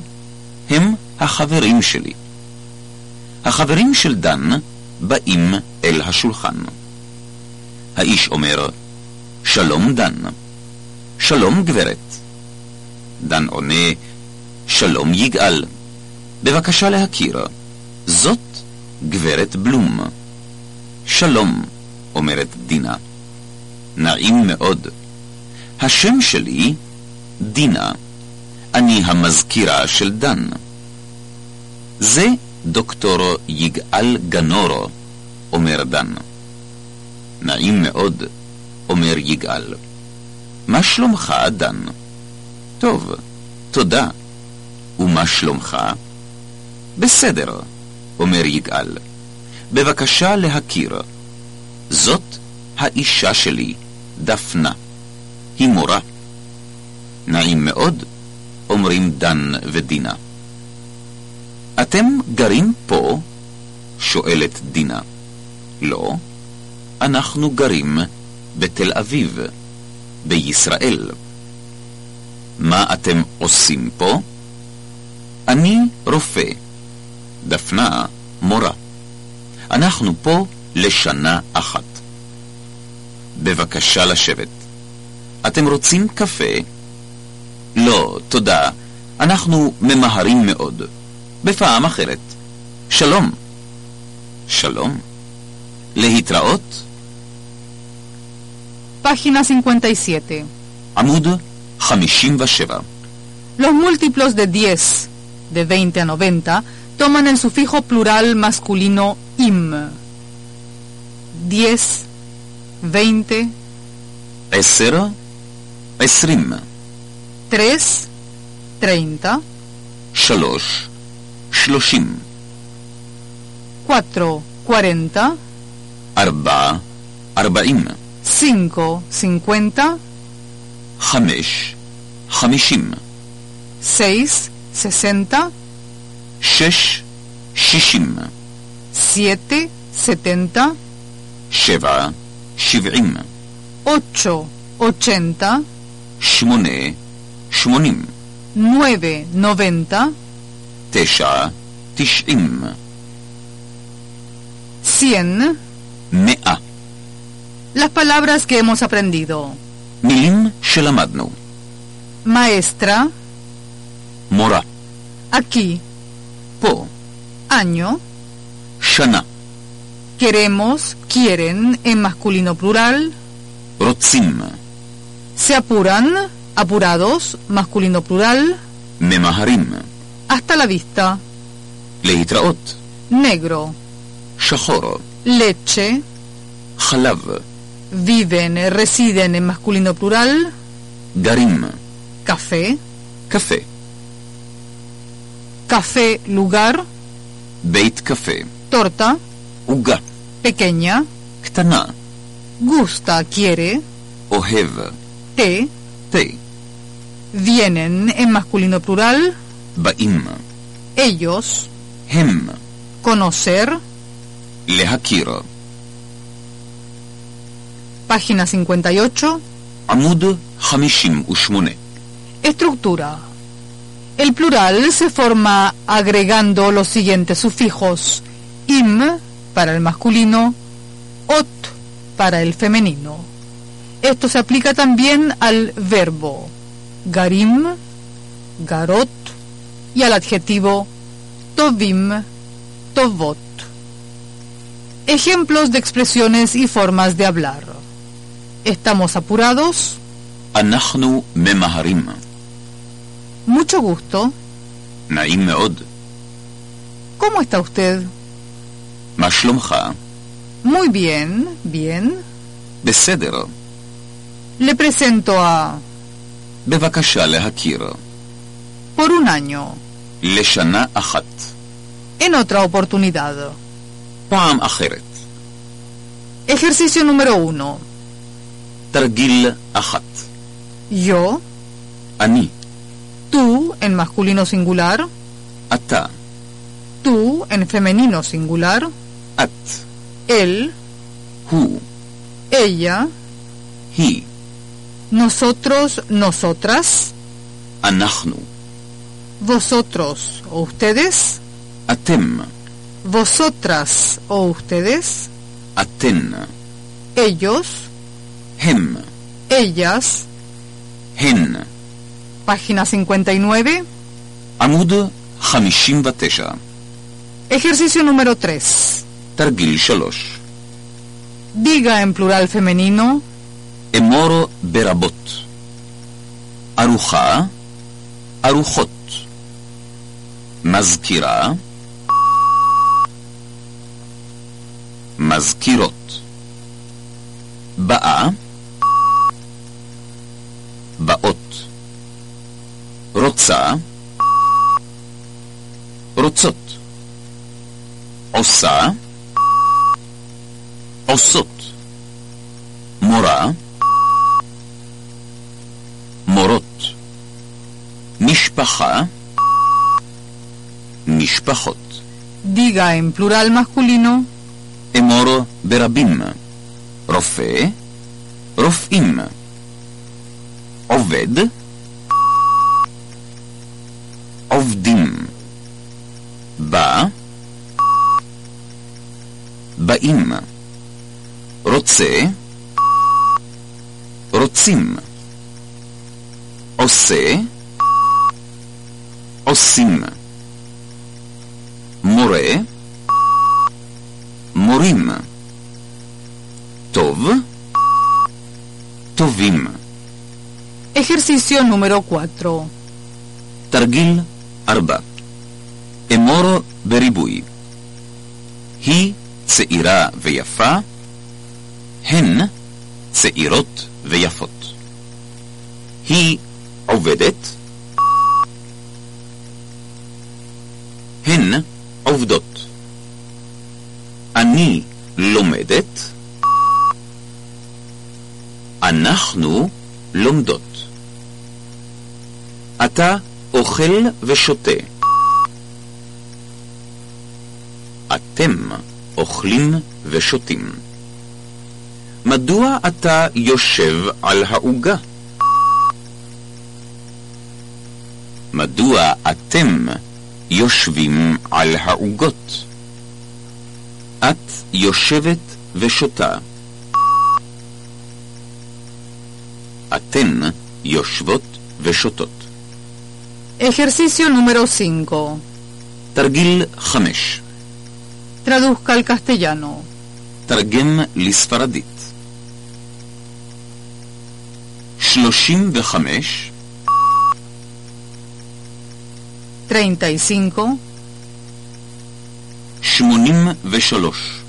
Speaker 2: הם החברים שלי. החברים של דן באים אל השולחן. האיש אומר, שלום דן. שלום גברת. דן עונה, שלום יגאל. בבקשה להכיר. זאת גברת בלום. שלום, אומרת דינה. נעים מאוד. השם שלי דינה. אני המזכירה של דן. זה דוקטור יגאל גנורו, אומר דן. נעים מאוד, אומר יגאל. מה שלומך, דן? טוב, תודה. ומה שלומך? בסדר, אומר יגאל. בבקשה להכיר. זאת האישה שלי, דפנה. היא מורה. נעים מאוד, אומרים דן ודינה. אתם גרים פה? שואלת דינה. לא, אנחנו גרים בתל אביב, בישראל. מה אתם עושים פה? אני רופא, דפנה מורה. אנחנו פה לשנה אחת. בבקשה לשבת. אתם רוצים קפה? לא, תודה. אנחנו ממהרים מאוד. בפעם אחרת. שלום. שלום. להתראות?
Speaker 1: Página 57.
Speaker 2: עמוד 57.
Speaker 1: Los múltiplos de 10, de 20 a 90, toman el sufijo plural masculino im. 10, 20,
Speaker 2: עשר, עשרים,
Speaker 1: 3, 30,
Speaker 2: שלוש, שלושים,
Speaker 1: 4, 40,
Speaker 2: ארבע, ארבעים,
Speaker 1: 5, 50,
Speaker 2: חמש, חמישים,
Speaker 1: 6, 60,
Speaker 2: שש, שישים,
Speaker 1: 7, 70,
Speaker 2: שבע, שבעים,
Speaker 1: 8, 80,
Speaker 2: שמונה, שמונים,
Speaker 1: 9, 90,
Speaker 2: תשע, תשעים,
Speaker 1: 100.
Speaker 2: מאה.
Speaker 1: Las palabras que hemos aprendido.
Speaker 2: מילים שלמדנו,
Speaker 1: Maestra,
Speaker 2: מורה,
Speaker 1: aquí,
Speaker 2: פה,
Speaker 1: año,
Speaker 2: שנה,
Speaker 1: queremos, quieren, en masculino plural,
Speaker 2: רוצים,
Speaker 1: se apuran, apurados, masculino plural,
Speaker 2: ממהרים,
Speaker 1: hasta la vista,
Speaker 2: להתראות,
Speaker 1: negro,
Speaker 2: שחור,
Speaker 1: leche,
Speaker 2: חלב,
Speaker 1: viven, eh, residen en masculino plural,
Speaker 2: גרים,
Speaker 1: café,
Speaker 2: קפה,
Speaker 1: café, lugar,
Speaker 2: בית קפה,
Speaker 1: torta,
Speaker 2: עוגה,
Speaker 1: pequeña,
Speaker 2: קטנה,
Speaker 1: gusta, quiere,
Speaker 2: אוהב,
Speaker 1: té,
Speaker 2: תה,
Speaker 1: vienen en masculino plural,
Speaker 2: באים,
Speaker 1: ellos,
Speaker 2: הם,
Speaker 1: conocer,
Speaker 2: להכיר,
Speaker 1: página 58,
Speaker 2: עמוד 58,
Speaker 1: Estructura. El plural se forma agregando los siguientes sufijos im para el masculino, ot para el femenino. Esto se aplica también al verbo garim, garot y al adjetivo tovim, tovot. Ejemplos de expresiones y formas de hablar. Estamos apurados,
Speaker 2: אנחנו ממהרים,
Speaker 1: mucho gusto,
Speaker 2: נעים מאוד,
Speaker 1: ¿cómo está usted?
Speaker 2: מה שלומך?
Speaker 1: Muy bien, bien.
Speaker 2: בסדר,
Speaker 1: Le presento a...
Speaker 2: בבקשה להכיר,
Speaker 1: por un año,
Speaker 2: לשנה אחת,
Speaker 1: en otra oportunidad.
Speaker 2: פעם אחרת,
Speaker 1: Ejercicio número uno.
Speaker 2: תרגיל אחת,
Speaker 1: Yo,
Speaker 2: אני,
Speaker 1: tú en masculino singular,
Speaker 2: אתה,
Speaker 1: tú en femenino singular,
Speaker 2: את,
Speaker 1: él,
Speaker 2: הוא,
Speaker 1: ella,
Speaker 2: היא,
Speaker 1: nosotros, nosotras,
Speaker 2: אנחנו,
Speaker 1: vosotros o ustedes,
Speaker 2: אתם,
Speaker 1: vosotras o ustedes,
Speaker 2: אתן,
Speaker 1: ellos,
Speaker 2: הם,
Speaker 1: ellas,
Speaker 2: הן,
Speaker 1: página 59.
Speaker 2: עמוד 59,
Speaker 1: Ejercicio número 3.
Speaker 2: תרגיל 3,
Speaker 1: Diga en plural femenino,
Speaker 2: אמור ברבות, ארוחה, ארוחות, מזכירה, מזכירות, באה, באות, רוצה, רוצות, עושה, עושות, מורה, מורות, משפחה, משפחות,
Speaker 1: diga en plural masculino,
Speaker 2: אמור ברבים, רופא, רופאים, עובד, רוצה, רוצים, עושה, עושים, מורה, מורים, טוב, טובים.
Speaker 1: Ejercicio número 4.
Speaker 2: תרגיל 4. אמור בריבוי. היא צעירה ויפה, הן צעירות ויפות. היא עובדת, הן עובדות. אני לומדת, אנחנו לומדות. אתה אוכל ושותה. אתם אוכלים ושותים. מדוע אתה יושב על העוגה? מדוע אתם יושבים על העוגות? את יושבת ושותה. אתן יושבות ושותות.
Speaker 1: Ejercicio número 5.
Speaker 2: תרגיל חמש
Speaker 1: Traduzca al castellano.
Speaker 2: תרגם לספרדית. שלושים וחמש,
Speaker 1: 35,
Speaker 2: שמונים ושלוש,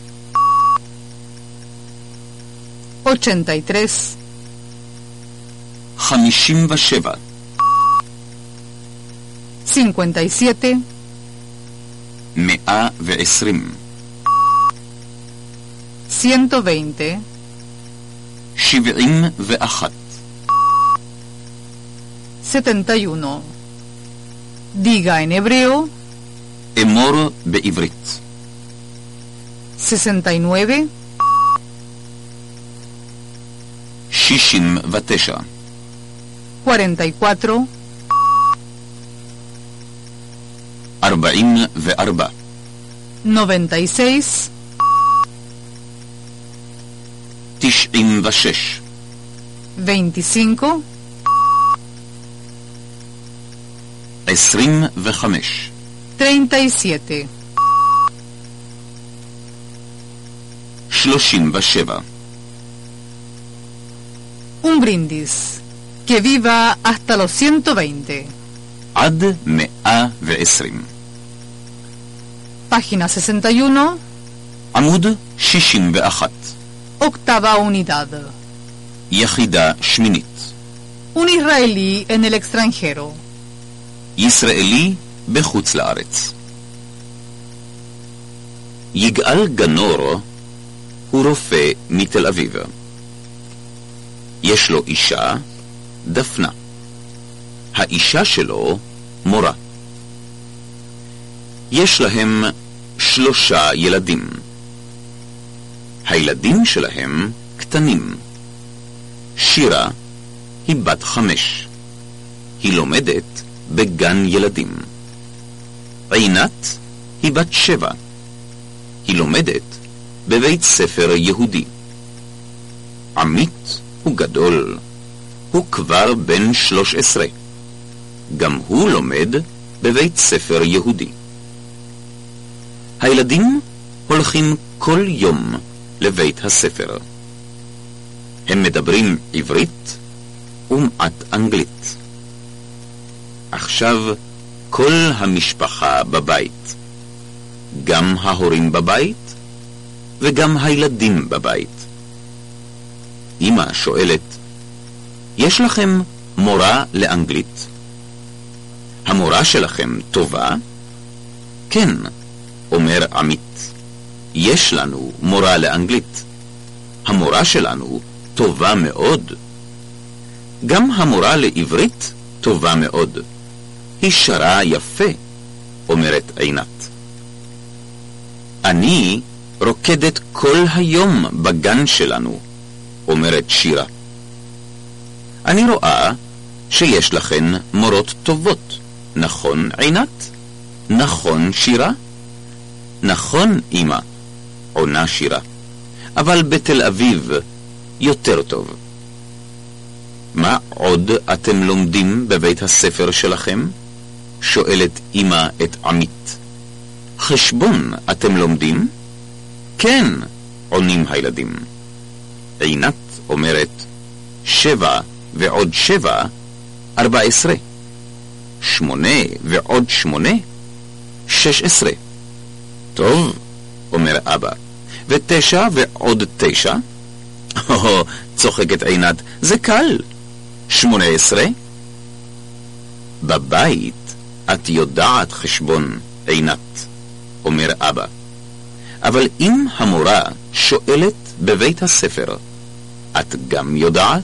Speaker 1: 83,
Speaker 2: חמישים ושבע,
Speaker 1: 57,
Speaker 2: מאה ועשרים,
Speaker 1: 120,
Speaker 2: שבעים ואחת,
Speaker 1: 71. Diga en hebreo
Speaker 2: אמור בעברית,
Speaker 1: 69,
Speaker 2: שישים ותשע,
Speaker 1: 44,
Speaker 2: ארבעים וארבע,
Speaker 1: 96,
Speaker 2: תשעים ושש,
Speaker 1: 25,
Speaker 2: עשרים וחמש,
Speaker 1: 37,
Speaker 2: שלושים ושבע.
Speaker 1: Un brindis. Que viva hasta los 120.
Speaker 2: עד מאה ועשרים.
Speaker 1: Página 61,
Speaker 2: עמוד שישים ואחת,
Speaker 1: octava unidad.
Speaker 2: יחידה שמינית,
Speaker 1: Un israelí en el extranjero.
Speaker 2: ישראלי בחוץ לארץ. יגאל גנור הוא רופא מתל אביב. יש לו אישה, דפנה. האישה שלו מורה. יש להם שלושה ילדים. הילדים שלהם קטנים. שירה היא בת חמש. היא לומדת בגן ילדים. עינת היא בת שבע. היא לומדת בבית ספר יהודי. עמית הוא גדול. הוא כבר בן שלוש עשרה. גם הוא לומד בבית ספר יהודי. הילדים הולכים כל יום לבית הספר. הם מדברים עברית ומעט אנגלית. עכשיו כל המשפחה בבית. גם ההורים בבית וגם הילדים בבית. אמא שואלת, יש לכם מורה לאנגלית? המורה שלכם טובה? כן, אומר עמית. יש לנו מורה לאנגלית. המורה שלנו טובה מאוד. גם המורה לעברית טובה מאוד. היא שרה יפה, אומרת עינת. אני רוקדת כל היום בגן שלנו, אומרת שירה. אני רואה שיש לכן מורות טובות, נכון עינת? נכון שירה? נכון אמא, עונה שירה. אבל בתל אביב יותר טוב. מה עוד אתם לומדים בבית הספר שלכם? שואלת אמא את עמית. חשבון אתם לומדים? כן, עונים הילדים. עינת אומרת, שבע ועוד שבע, ארבע עשרה. שמונה ועוד שמונה, שש עשרה. טוב, אומר אבא. ותשע ועוד תשע? או, צוחקת עינת, זה קל. שמונה עשרה? בבית את יודעת חשבון, עינת, אומר אבא. אבל אם המורה שואלת בבית הספר, את גם יודעת?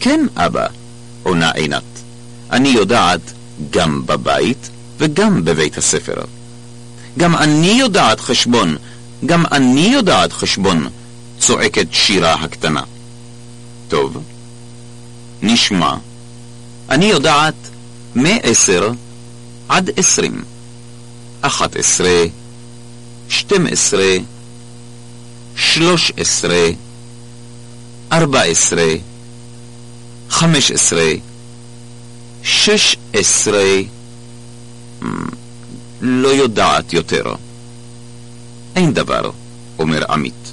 Speaker 2: כן, אבא, עונה עינת. אני יודעת גם בבית וגם בבית הספר. גם אני יודעת חשבון, גם אני יודעת חשבון, צועקת שירה הקטנה. טוב, נשמע. אני יודעת מעשר עד עשרים. אחת עשרה, שתים עשרה, שלוש עשרה, ארבע עשרה, חמש עשרה, שש עשרה, אמ, לא יודעת יותר. אין דבר, אומר עמית.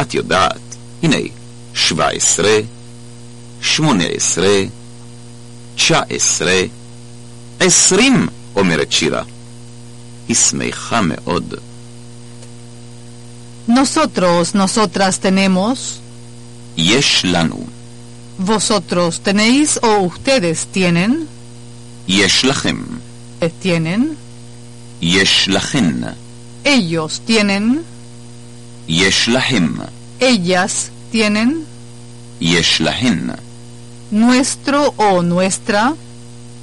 Speaker 2: את יודעת, הנה, שבע עשרה, שמונה עשרה, תשע עשרה, עשרים, אומרת שירה. היא שמחה מאוד.
Speaker 1: Nosotros, nosotras tenemos,
Speaker 2: יש לנו,
Speaker 1: vosotros tenéis o ustedes tienen,
Speaker 2: יש לכם,
Speaker 1: eh, tienen,
Speaker 2: יש לכן,
Speaker 1: ellos tienen,
Speaker 2: יש להם,
Speaker 1: ellas tienen,
Speaker 2: יש להן,
Speaker 1: nuestro o nuestra,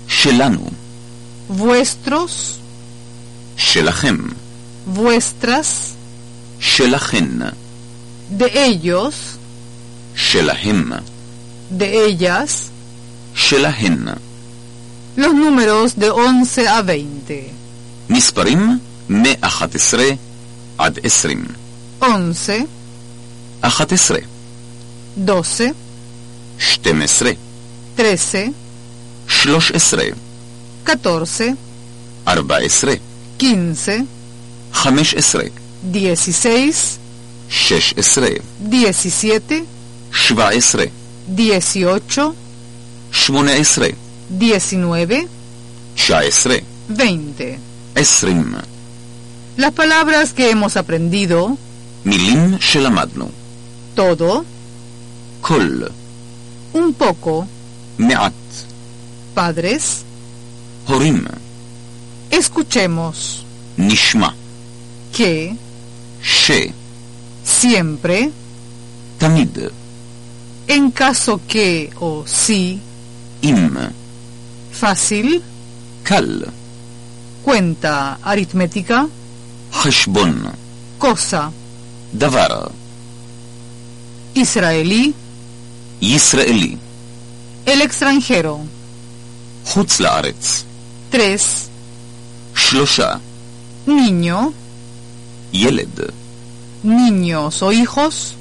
Speaker 2: שלנו,
Speaker 1: vuestros,
Speaker 2: שלכם,
Speaker 1: vuestras,
Speaker 2: שלכן,
Speaker 1: de ellos,
Speaker 2: שלהם,
Speaker 1: de ellas,
Speaker 2: שלהן.
Speaker 1: los números de 11 a 20.
Speaker 2: מספרים מ-11 עד 20.
Speaker 1: 11,
Speaker 2: 11,
Speaker 1: 12,
Speaker 2: 12,
Speaker 1: 13,
Speaker 2: 13,
Speaker 1: 14,
Speaker 2: 14,
Speaker 1: 15,
Speaker 2: 15,
Speaker 1: 16,
Speaker 2: 16,
Speaker 1: 17,
Speaker 2: 17,
Speaker 1: 18,
Speaker 2: 18,
Speaker 1: 19,
Speaker 2: 19,
Speaker 1: 20.
Speaker 2: 20.
Speaker 1: Las palabras que hemos aprendido,
Speaker 2: מילים שלמדנו.
Speaker 1: todo,
Speaker 2: כל,
Speaker 1: un poco,
Speaker 2: מעט,
Speaker 1: padres,
Speaker 2: הורים,
Speaker 1: escuchemos
Speaker 2: נשמע,
Speaker 1: que
Speaker 2: ש,
Speaker 1: siempre,
Speaker 2: תמיד,
Speaker 1: en caso que o sí,
Speaker 2: אם,
Speaker 1: fácil,
Speaker 2: קל,
Speaker 1: cuenta aritmética,
Speaker 2: חשבון,
Speaker 1: cosa,
Speaker 2: דבר,
Speaker 1: israelí,
Speaker 2: ישראלי,
Speaker 1: el extranjero,
Speaker 2: חוץ לארץ,
Speaker 1: tres,
Speaker 2: שלושה,
Speaker 1: niño,
Speaker 2: ילד,
Speaker 1: niños o hijos,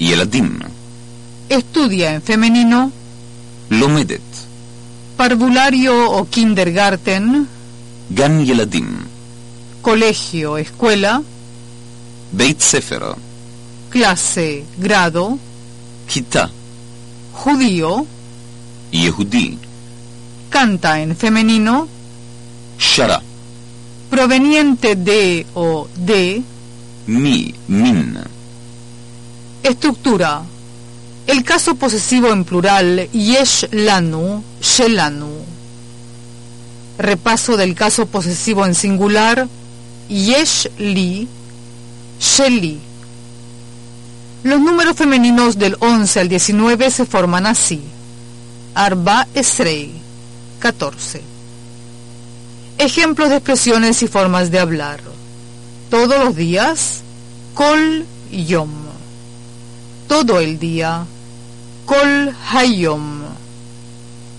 Speaker 2: ילדים,
Speaker 1: estudia en femenino,
Speaker 2: לומדת,
Speaker 1: parvulario o kindergarten,
Speaker 2: גן ילדים,
Speaker 1: colegio, escuela,
Speaker 2: בית ספר,
Speaker 1: clase, grado,
Speaker 2: כיתה,
Speaker 1: judío,
Speaker 2: יהודי,
Speaker 1: canta en femenino,
Speaker 2: שרה,
Speaker 1: proveniente de o de,
Speaker 2: מי, מין,
Speaker 1: estructura. El caso posesivo en plural, yesh lanu, shelanu. Repaso del caso posesivo en singular, yesh li, sheli. Los números femeninos del 11 al 19 se forman así. Arba esrei, 14. Ejemplos de expresiones y formas de hablar. Todos los días, kol yom todo el día. Kol Hayom.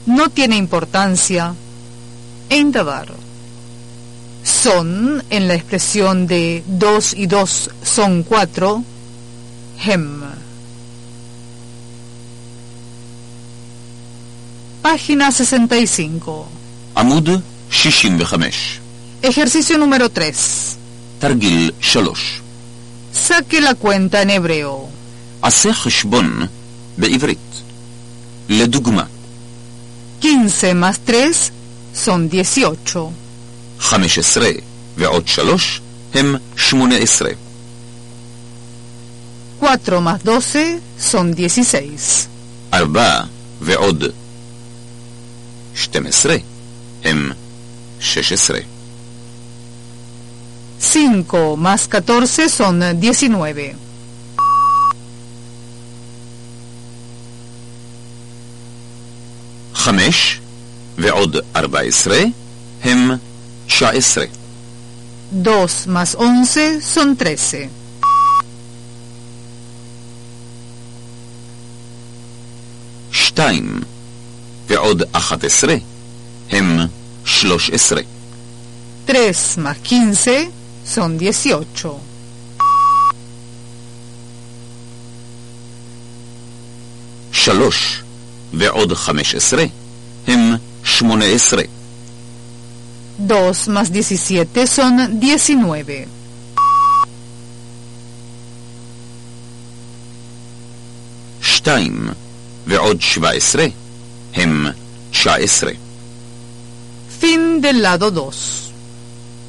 Speaker 1: No tiene importancia. Eindavar. Son, en la expresión de dos y dos son cuatro, הם. Página 65.
Speaker 2: עמוד 65,
Speaker 1: Ejercicio número 3.
Speaker 2: תרגיל 3.
Speaker 1: Saque la cuenta en hebreo.
Speaker 2: עשה חשבון בעברית. לדוגמה,
Speaker 1: 15 más 3 son 18.
Speaker 2: 15 ועוד 3 הם 18.
Speaker 1: 4 más 12 son 16.
Speaker 2: 4 ועוד 12 הם 16.
Speaker 1: 5 más 14 son 19.
Speaker 2: חמש ועוד ארבע עשרה הם תשע עשרה.
Speaker 1: 2 más 11 son 13.
Speaker 2: שתיים ועוד אחת עשרה הם שלוש עשרה.
Speaker 1: 3 más 15 son 18.
Speaker 2: שלוש ועוד חמש עשרה הם שמונה עשרה.
Speaker 1: 2 más 17 son 19.
Speaker 2: שתיים ועוד שבע עשרה הם תשע עשרה.
Speaker 1: Fin del lado 2.